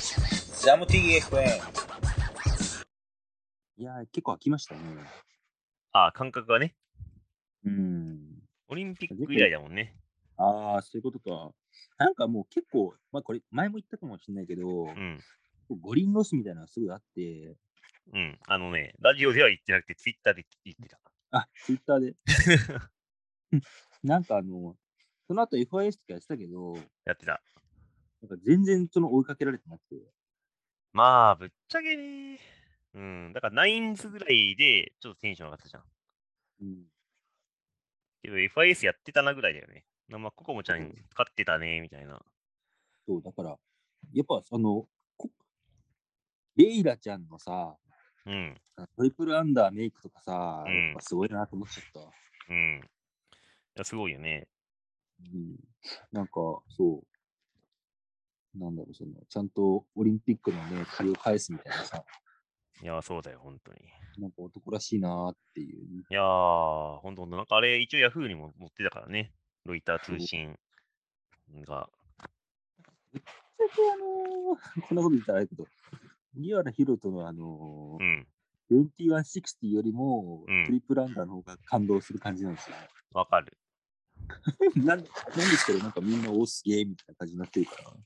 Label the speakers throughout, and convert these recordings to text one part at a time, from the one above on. Speaker 1: ジャム TFM。
Speaker 2: いやー、結構飽きましたね。
Speaker 3: ああ、感覚がね。
Speaker 2: うん。
Speaker 3: オリンピック以来だもんね。
Speaker 2: ああ、そういうことか。なんかもう結構、まあこれ、前も言ったかもしれないけど、
Speaker 3: うん。
Speaker 2: 五輪ロスみたいなのがすごいあって、
Speaker 3: うん。あのね、ラジオでは言ってなくて、ツイッターで言ってた。
Speaker 2: あ、ツイッター で。なんかあの、その後 FIS とかやってたけど、
Speaker 3: やってた。
Speaker 2: なんか全然その追いかけられてなくて。
Speaker 3: まあ、ぶっちゃけね。うん。だから、ナインズぐらいで、ちょっとテンション上がったじゃん。
Speaker 2: うん。
Speaker 3: けど、FIS やってたなぐらいだよね。なまあ、ココモちゃ
Speaker 2: うん
Speaker 3: ん使ってたね、みたいな。
Speaker 2: そう、だから、やっぱあの、こレイラちゃんのさ、
Speaker 3: うん。
Speaker 2: トリプルアンダーメイクとかさ、
Speaker 3: うん
Speaker 2: やっぱすごいなと思っちゃった。
Speaker 3: うん。いや、すごいよね。
Speaker 2: うんなんか、そう、なんだろう、その、ちゃんとオリンピックのね、借りを返すみたいなさ、
Speaker 3: いや、そうだよ、本当に。い
Speaker 2: なんか男らしいなーっていう。
Speaker 3: やー、ほんとほんと。なんかあれ、一応 Yahoo にも持ってたからね。ロイター通信が。
Speaker 2: 最近あのーこんなこと言ったらあれだけど、リアラヒロトのあの
Speaker 3: うん。
Speaker 2: ー、2160よりも
Speaker 3: うん
Speaker 2: トリプルアンダーの方が感動する感じなんですよね。
Speaker 3: わかる。
Speaker 2: なんなんですけど、なんかみんなおーすげえみたいな感じになってるから。
Speaker 3: い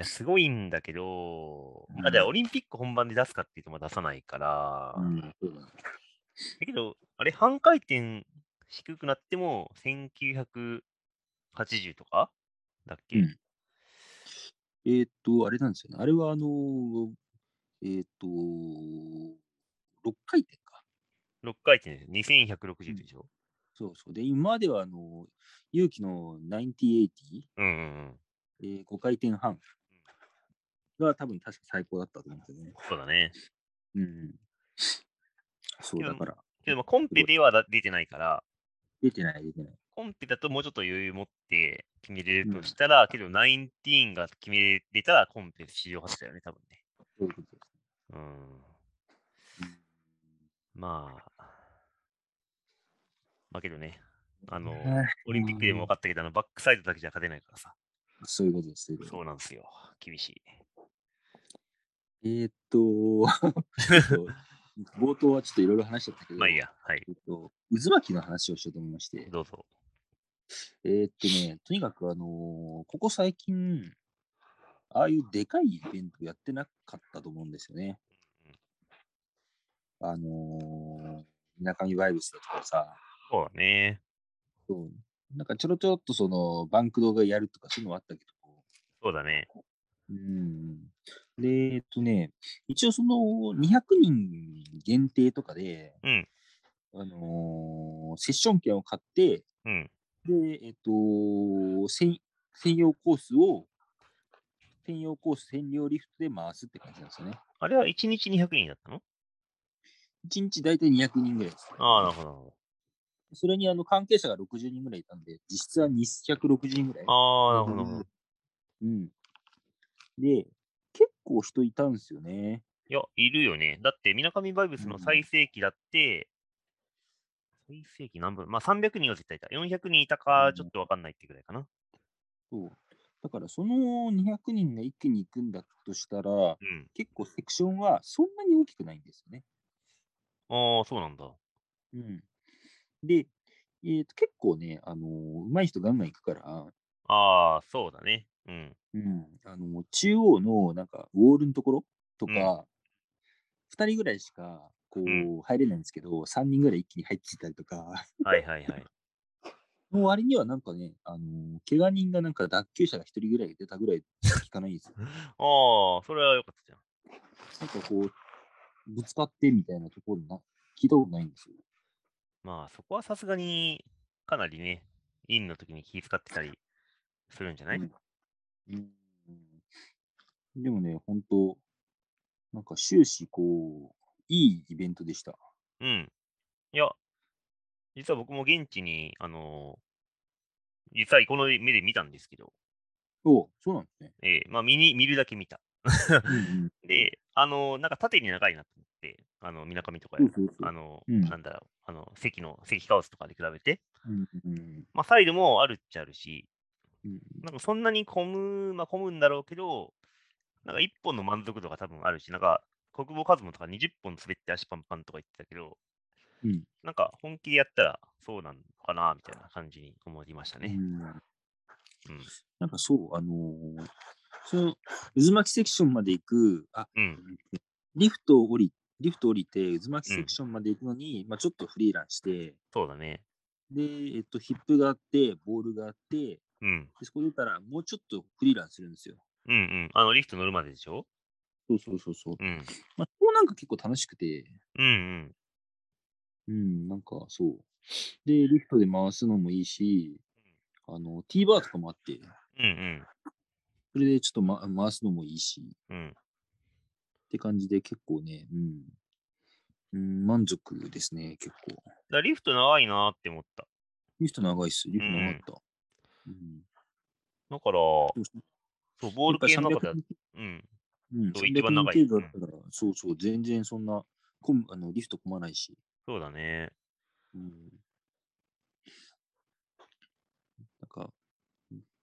Speaker 3: や、すごいんだけど、
Speaker 2: うん
Speaker 3: まあ、じゃあオリンピック本番で出すかっていうと、まあ出さないから、
Speaker 2: うん、そうだね
Speaker 3: だけど、あれ、半回転低くなっても、1980とかだっけ、
Speaker 2: うんえーっと、あれなんですよね。あれはあのー、えーっと、6回転か。
Speaker 3: ?6 回転です。2160でしょ、
Speaker 2: そうそう。で、今までは、あの、勇気の9080、
Speaker 3: うん、うんうん。
Speaker 2: えー、5回転半が多分確か最高だったと思うんですよね。
Speaker 3: そうだね。
Speaker 2: うん。そう、
Speaker 3: いや
Speaker 2: だから、
Speaker 3: けど、まあコンペではだ出てないから、
Speaker 2: 出てない、出てない。
Speaker 3: コンペだともうちょっと余裕持って決めれる
Speaker 2: うん
Speaker 3: としたら、けど、19が決めれたら、コンペ史上初だよね、多分ね。
Speaker 2: そういうことで
Speaker 3: うん。
Speaker 2: すね。
Speaker 3: まあ、まあけどね、あの、
Speaker 2: はい
Speaker 3: オリンピックでも分かったけど、あのバックサイドだけじゃ勝てないからさ、
Speaker 2: そういうことです。そういうこと
Speaker 3: そうなんですよ、厳しい。
Speaker 2: ですえーっと、 ちょっと冒頭はちょっといろいろ話しちゃったけど、
Speaker 3: まあいいや、はい、
Speaker 2: えーっと、渦巻きの話をしようと思いまして、
Speaker 3: どうぞ。
Speaker 2: えーっとね、とにかく、あのーここ最近、ああいうでかいイベントやってなかったと思うんですよね。あのー、田舎にバイブスだとかさ、
Speaker 3: そうだね、
Speaker 2: そうなんかちょろちょろっとその、バンク動画やるとかそういうのはあったけど、
Speaker 3: そうだね、
Speaker 2: うん。で、えっとね、一応その、200人限定とかで、
Speaker 3: うん
Speaker 2: あのーセッション券を買って、
Speaker 3: うん、
Speaker 2: で、えっと、専専用コースを、専用コース専用リフトで回すって感じなんですよね。
Speaker 3: あれは1日200人だったの
Speaker 2: 1日大体200人ぐらいです。
Speaker 3: ああ、なるほどなるほ
Speaker 2: それにあの関係者が60人ぐらいいたんで、実質は260人ぐらい
Speaker 3: ど。。ああ、なるほどなるほど。
Speaker 2: うん。で、結構人いたんですよね。
Speaker 3: いや、いるよね。だって、みなかみバイブス
Speaker 2: う
Speaker 3: の
Speaker 2: ん
Speaker 3: 最盛期だって、最盛期何分まあ300人は絶対いた。400人いたか、ちょっと分かんないってぐらいかな。
Speaker 2: そう。だからその200人が一気に行くんだとしたら、
Speaker 3: うん。
Speaker 2: 結構セクションはそんなに大きくないんですよね。
Speaker 3: ああ、そうなんだ。
Speaker 2: うん。で、えーと結構ね、あのー、上手い人ガンガン行くから、
Speaker 3: ああ、そうだね。うん。
Speaker 2: うん、あのー中央のなんかウォールのところとか、二2人ぐらいしかこ
Speaker 3: う
Speaker 2: う入れないんですけど、3人ぐらい一気に入ってきたりとか、
Speaker 3: はいはいはい。
Speaker 2: もう割にはなんかね、あのー怪我人がなんか脱臼者が一人ぐらい出たぐらいしか聞かないんですよ。
Speaker 3: ああ、それは良かったじ
Speaker 2: な
Speaker 3: ゃん。
Speaker 2: んかこう、ぶつかってみたいなところな、聞いたことないんですよ。
Speaker 3: まあそこはさすがにかなりね、インの時に気遣ってたりするんじゃない、
Speaker 2: うんうんでもね、本当なんか終始こう、いいイベントでした。
Speaker 3: うん。いや、実は僕も現地に、あのー実際この目で見たんですけど、
Speaker 2: おそうなん ですね。
Speaker 3: ええまあ見に、見るだけ見た。
Speaker 2: うん
Speaker 3: で、あのーなんか縦に長いなと思って、あの、みなかみとか
Speaker 2: う
Speaker 3: や
Speaker 2: ん、そうそうそう
Speaker 3: あの
Speaker 2: うん
Speaker 3: ーなんだろう、あの、席の、席カオスとかで比べて、
Speaker 2: うんうん
Speaker 3: まあサイドもあるっちゃあるし、
Speaker 2: うん
Speaker 3: なんかそんなに混む、まあ混むんだろうけど、なんか1本の満足度が多分あるし、なんか国防カズモとか20本滑って足パンパンとか言ってたけど、
Speaker 2: うん
Speaker 3: なんか本気でやったらそうなのかなみたいな感じに思いました
Speaker 2: う
Speaker 3: ね。
Speaker 2: ん
Speaker 3: うん。
Speaker 2: なんかそう、あのーその渦巻きセクションまで行く、あ
Speaker 3: うん。
Speaker 2: リフトを降り、リフト降りて渦巻きセクションまで行くのに、まあちょっとフリーランして、
Speaker 3: そうだね。
Speaker 2: で、えっと、ヒップがあって、ボールがあって、で
Speaker 3: うん。
Speaker 2: そこ出たら、もうちょっとフリーランするんですよ。
Speaker 3: うんうん。あの、リフト乗るまででしょ
Speaker 2: そうそうそうそう。
Speaker 3: うん。
Speaker 2: まあ、そこなんか結構楽しくて、
Speaker 3: うんうん。
Speaker 2: うん、なんかそう。で、リフトで回すのもいいし、あの、ティーバーとかもあって、
Speaker 3: うん
Speaker 2: それでちょっと、ま、回すのもいいし、っ
Speaker 3: うん。うん。
Speaker 2: て感じで結構ね、うん、うん、満足ですね、結構。
Speaker 3: だからリフト長いなーって思った。
Speaker 2: リフト長いっす、リフト長かった。うん。
Speaker 3: だから、
Speaker 2: でも
Speaker 3: そう、ボール系の中では、
Speaker 2: やっぱ300
Speaker 3: うん。
Speaker 2: うん、
Speaker 3: そう一番
Speaker 2: 300
Speaker 3: 長い
Speaker 2: 人程度だったから、そうそう、全然そんな、混むあのリフト混まないし。
Speaker 3: そうだね。
Speaker 2: うん。なんか、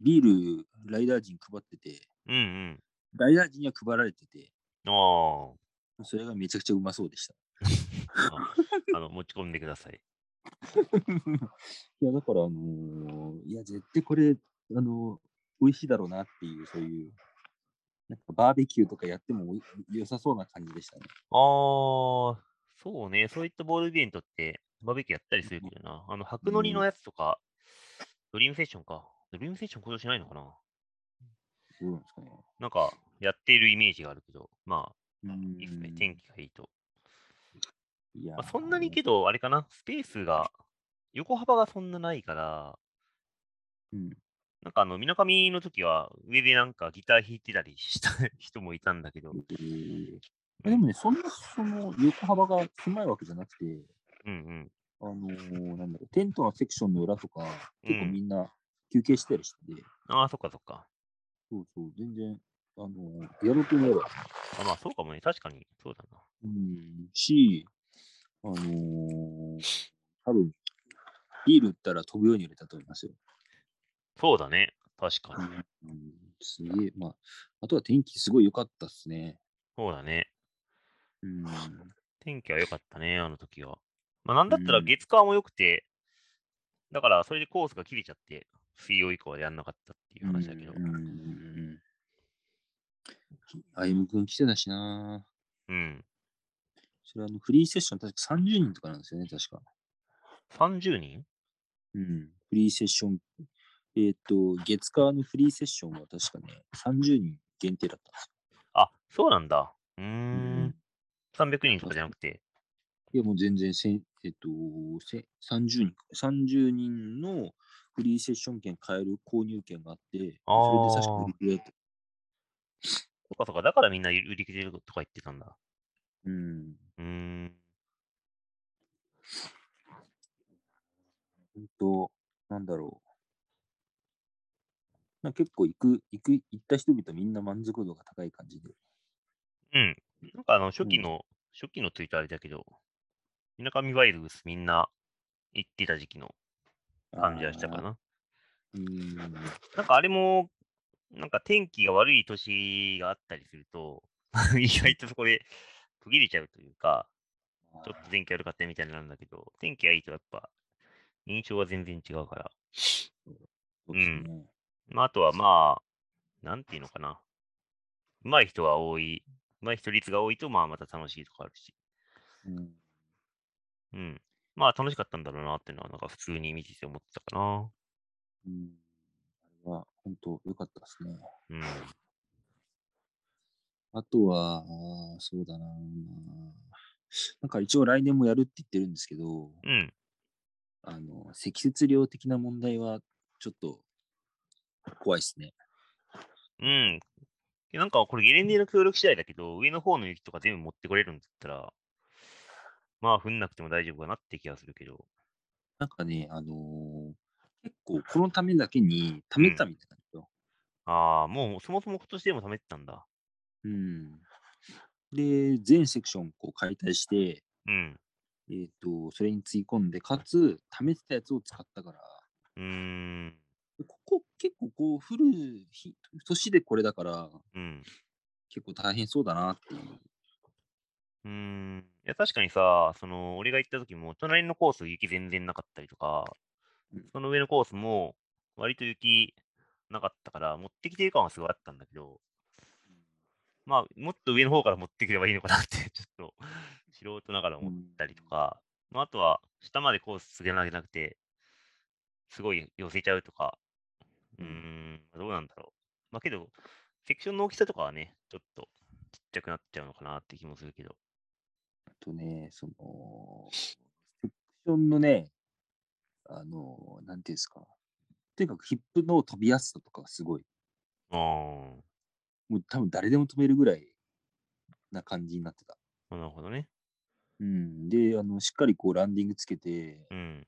Speaker 2: ビール、ライダー陣配ってて、
Speaker 3: うんうん。
Speaker 2: ライダー陣には配られてて、
Speaker 3: あ
Speaker 2: それがめちゃくちゃうまそうでした。
Speaker 3: ーあ。あの、持ち込んでください。
Speaker 2: いや、だから、あのーいや、絶対これ、あのー美味しいだろうなっていう、そういう、なんかバーベキューとかやってもおい良さそうな感じでしたね。
Speaker 3: あー、そうね。そういったボールイベントって、バーベキューやったりするけどな。あの、白のりのやつとか、ドリームセッションか。ドリームセッション今年ないのかな
Speaker 2: どうなんですかね。
Speaker 3: なんか、やっているイメージがあるけど、まあ、
Speaker 2: うん
Speaker 3: いいっすね。天気がいいと。
Speaker 2: いや
Speaker 3: まあ、そんなに
Speaker 2: け、
Speaker 3: けど、あれかな、スペースが、横幅がそんなないから、
Speaker 2: うん
Speaker 3: なんかあの、みなかみの時は、上でなんかギター弾いてたりした 人もいたんだけど、
Speaker 2: えでもね、そんなその横幅が狭いわけじゃなくて、
Speaker 3: うんうん。
Speaker 2: あのーなんだろう、テントのセクションの裏とか、結構
Speaker 3: うん
Speaker 2: みんな休憩したりしてて、
Speaker 3: ああ、そっかそっか。
Speaker 2: そうそう、全然、あのーやろうと思えば、
Speaker 3: あまあ、そうかもね。確かに、そうだな。
Speaker 2: うん、し、あのー、多分ビール売ったら飛ぶように売れたと思いますよ。
Speaker 3: そうだね。確かに。
Speaker 2: うん、すげえ、まあ、あとは天気すごい良かったっすね。
Speaker 3: そうだね。
Speaker 2: うん、
Speaker 3: 天気は良かったね、あの時は。まあ、なんだったら
Speaker 2: うん
Speaker 3: 月火も良くて、だから、それでコースが切れちゃって、水曜以降はやんなかったっていう話だけど
Speaker 2: う。んうんうん歩夢君来てたしな。
Speaker 3: うん。
Speaker 2: それあのフリーセッション、確か30人とかなんですよね、確か。
Speaker 3: 30人
Speaker 2: うん。フリーセッション、えっ、と、月火のフリーセッションは確かね、30人限定だったんです
Speaker 3: あ、そうなんだ。うー
Speaker 2: よ。
Speaker 3: ん。300人とかじゃなくて。
Speaker 2: いや、もう全然せん、えっ、とせ、30人、30人のフリーセッション券買える購入券があって、
Speaker 3: あー
Speaker 2: それで確か売り切れだった。
Speaker 3: そっかそっか、だからみんな売り切れるとか言ってたんだ。
Speaker 2: うん。
Speaker 3: うーん。
Speaker 2: 本当なんだろう。なんか結構行く、行く、行った人々みんな満足度が高い感じで。
Speaker 3: うん。なんかあの、初期
Speaker 2: うん
Speaker 3: の、初期のツイートあれだけど、みなかみワイルドスみんな行ってた時期の感じはしたかな。
Speaker 2: うーん。
Speaker 3: なんかあれも、なんか天気が悪い年があったりすると、 意外とそこで途切れちゃうというか、ちょっと天気悪かったみたいになるんだけど、天気がいいとやっぱ印象は全然違うから。
Speaker 2: そうですね。
Speaker 3: まあ、あとはまあ、なんていうのかな。上手い人が多い、上手い人率が多いと、まあまた楽しいとかあるし。
Speaker 2: うん
Speaker 3: うん。まあ楽しかったんだろうなっていうのは、なんか普通に見てて思ってたかな。
Speaker 2: うん。あれは本当良かったですね。
Speaker 3: うん。
Speaker 2: あとは、あーそうだな。なんか一応来年もやるって言ってるんですけど、
Speaker 3: うん。
Speaker 2: あの、積雪量的な問題はちょっと怖いですね。
Speaker 3: うん。でなんかこれゲレンデの協力次第だけど、上の方の雪とか全部持ってこれるんだったら、まあ降んなくても大丈夫かなって気がするけど。
Speaker 2: なんかね、あのー結構このためだけに貯めたみたいなんですよ。
Speaker 3: ああ、もうそもそも今年でも貯めてたんだ。
Speaker 2: うん。で、全セクションこう解体して、
Speaker 3: うん。
Speaker 2: えっ、と、それにつぎ込んで、かつ、貯めてたやつを使ったから、
Speaker 3: うーん。
Speaker 2: でここ結構こう降る日年でこれだから
Speaker 3: うん。
Speaker 2: 結構大変そうだなっていう。
Speaker 3: うーん。いや、確かにさ、その、俺が行った時も、隣のコース雪全然なかったりとか
Speaker 2: うん、
Speaker 3: その上のコースも、割と雪なかったから、持ってきてる感はすごいあったんだけど、まあ、もっと上の方から持ってくればいいのかなって、ちょっと、素人ながら思ったりとか、まあ、あとは、下までコース告げられなくて、すごい寄せちゃうとか、うー
Speaker 2: うん
Speaker 3: ん、どうなんだろう。まあ、けど、セクションの大きさとかはね、ちょっとちっちゃくなっちゃうのかなって気もするけど。
Speaker 2: あとね、その、セクションのね、あの、なんていうんですか。とにかくヒップの飛びやすさとかがすごい。
Speaker 3: あー
Speaker 2: もう多分誰でも飛べるぐらいな感じになってた。
Speaker 3: なるほどね。
Speaker 2: うん。で、あの、しっかりこうランディングつけて、
Speaker 3: うん。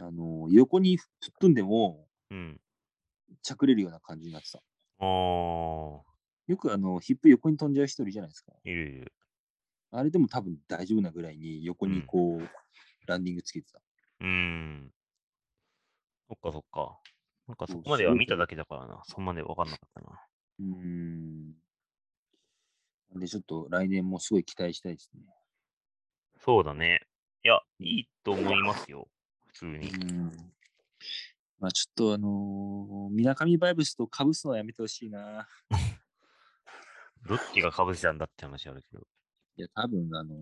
Speaker 2: あの、横に吹っ飛んでも、
Speaker 3: うん。
Speaker 2: ちゃくれるような感じになってた。
Speaker 3: ああ、
Speaker 2: よくあの、ヒップ横に飛んじゃう人いるじゃないですか。
Speaker 3: いるいる。
Speaker 2: あれでも多分大丈夫なぐらいに横にこう、ランディングつけてた。
Speaker 3: うん。そっかそっか。なんか
Speaker 2: そ
Speaker 3: そうこまですは
Speaker 2: ごい
Speaker 3: 見ただけだからな。そんまでわかんなかったな。
Speaker 2: うーん。なんでちょっと来年もすごい期待したいですね。
Speaker 3: そうだね。いや、いいと思いますよ。普通
Speaker 2: う
Speaker 3: に。
Speaker 2: ーん。まあちょっとあのー、みなかみバイブスとかぶすのはやめてほしいな。
Speaker 3: どっちが被せたんだって話あるけど。
Speaker 2: いや、多分あのー、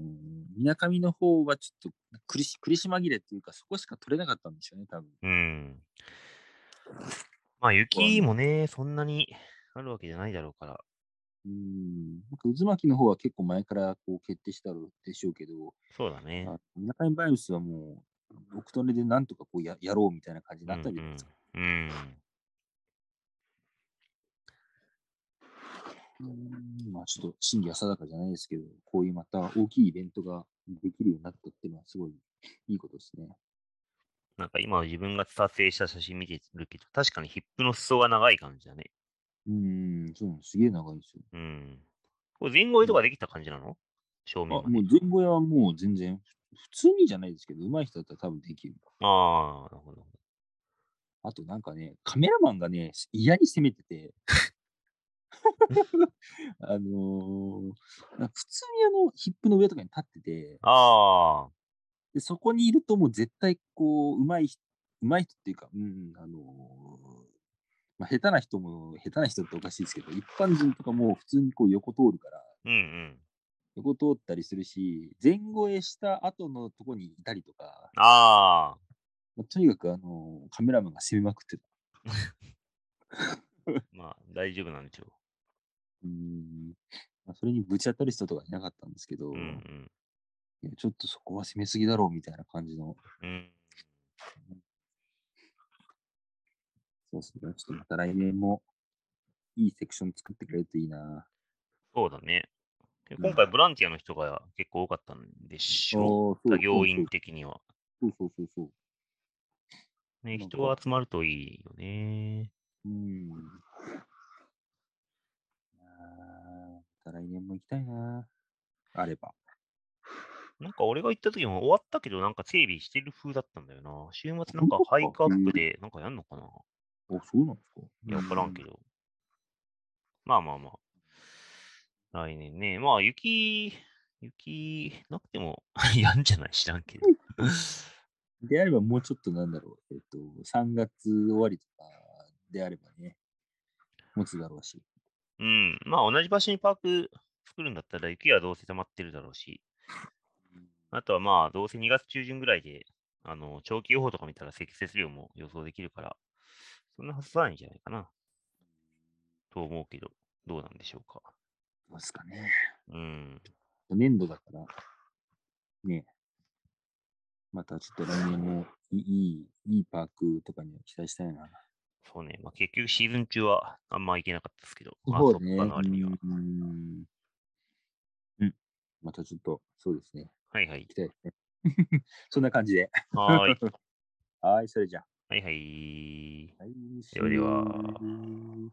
Speaker 2: みなかみの方はちょっと苦し苦し紛れっていうか、そこしか取れなかったんでしょうね、多分。
Speaker 3: うん。まあ、雪もね、そんなにあるわけじゃないだろうから。
Speaker 2: うーん。なんか渦巻きの方は結構前からこう決定したろうでしょうけど、
Speaker 3: そうだね。
Speaker 2: あみなかみバイブスはもう、オクトレでなんとかこうややろうみたいな感じに
Speaker 3: う
Speaker 2: なっ
Speaker 3: ん
Speaker 2: たりですか。
Speaker 3: うん。うん
Speaker 2: うーんまあちょっと真偽は定かじゃないですけど、こういうまた大きいイベントができるようになったっていうのはすごいいいことですね。
Speaker 3: なんか今自分が撮影した写真見てるけど、確かにヒップの裾が長い感じだね。
Speaker 2: うーん、そうなのすげえ長いんですよ。
Speaker 3: うん。これ前後絵とかできた感じなの正面
Speaker 2: あ
Speaker 3: まで
Speaker 2: もう前後屋はもう全然、普通にじゃないですけど、上手い人だったら多分できる。
Speaker 3: ああ、なるほど。
Speaker 2: あとなんかね、カメラマンがね、嫌に攻めて て、あのーなんか普通にあの、ヒップの上とかに立ってて、
Speaker 3: ああ、
Speaker 2: でそこにいるともう絶対こう、上手い人、上手い人っていうか、うん、あのーまあ、下手な人も、下手な人っておかしいですけど、一般人とかも普通にこう横通るから、
Speaker 3: うんうん。
Speaker 2: 横通ったりするし、前後へした後のとこにいたりとか、
Speaker 3: ああ、
Speaker 2: まあとにかくあのーカメラマンが攻めまくってた。
Speaker 3: まあ大丈夫なんでしょ
Speaker 2: うんまあ、それにぶち当たる人とかいなかったんですけど、
Speaker 3: う。うん
Speaker 2: いやちょっとそこは攻めすぎだろうみたいな感じの、
Speaker 3: うん。うん。
Speaker 2: そうですね、ちょっとまた来年もいいセクション作ってくれるといいな。
Speaker 3: そうだね。で
Speaker 2: うん
Speaker 3: 今回ボランティアの人が結構多かったんでしょ
Speaker 2: おー
Speaker 3: う。
Speaker 2: そう
Speaker 3: 作業
Speaker 2: そうそう
Speaker 3: 員的には。
Speaker 2: そうそうそうそう。な
Speaker 3: ね、
Speaker 2: んか
Speaker 3: 人が集まるといいよね。
Speaker 2: うん。あーまた来年も行きたいな。あれば。
Speaker 3: なんか俺が行った時も終わったけど、なんか整備してる風だったんだよな。週末なんか
Speaker 2: 本当
Speaker 3: ハイクアッ
Speaker 2: う
Speaker 3: プ
Speaker 2: ん
Speaker 3: でなんかやんのかな
Speaker 2: あ、そうなんですか
Speaker 3: いや、わからんけど。まあまあまあ。来年ね。まあ、雪、雪なくても やんじゃない知らんけど。
Speaker 2: であればもうちょっとなんだろう。えっ、と、3月終わりとかであればね、持つだろうし。
Speaker 3: うん。まあ、同じ場所にパーク作るんだったら、雪はどうせ溜まってるだろうし。あとはまあ、どうせ2月中旬ぐらいで、あの、長期予報とか見たら積雪量も予想できるから、そんな外さないんじゃないかな。と思うけど、どうなんでしょうか。
Speaker 2: どうですかね。
Speaker 3: うん。
Speaker 2: 年度だから、ね。またちょっと来年もいいいい、いいパークとかには期待したいな。
Speaker 3: そうね。まあ、結局シーズン中はあんま行けなかったですけど、まあ、
Speaker 2: そうね。
Speaker 3: そっかの割には。
Speaker 2: うんうんうん。またちょっと、そうですね。
Speaker 3: はいはい
Speaker 2: 行。きたいですね。 そんな感じで。
Speaker 3: はーい。
Speaker 2: はい、それじゃあ。
Speaker 3: はいはい。
Speaker 2: はい
Speaker 3: ではでは
Speaker 2: see you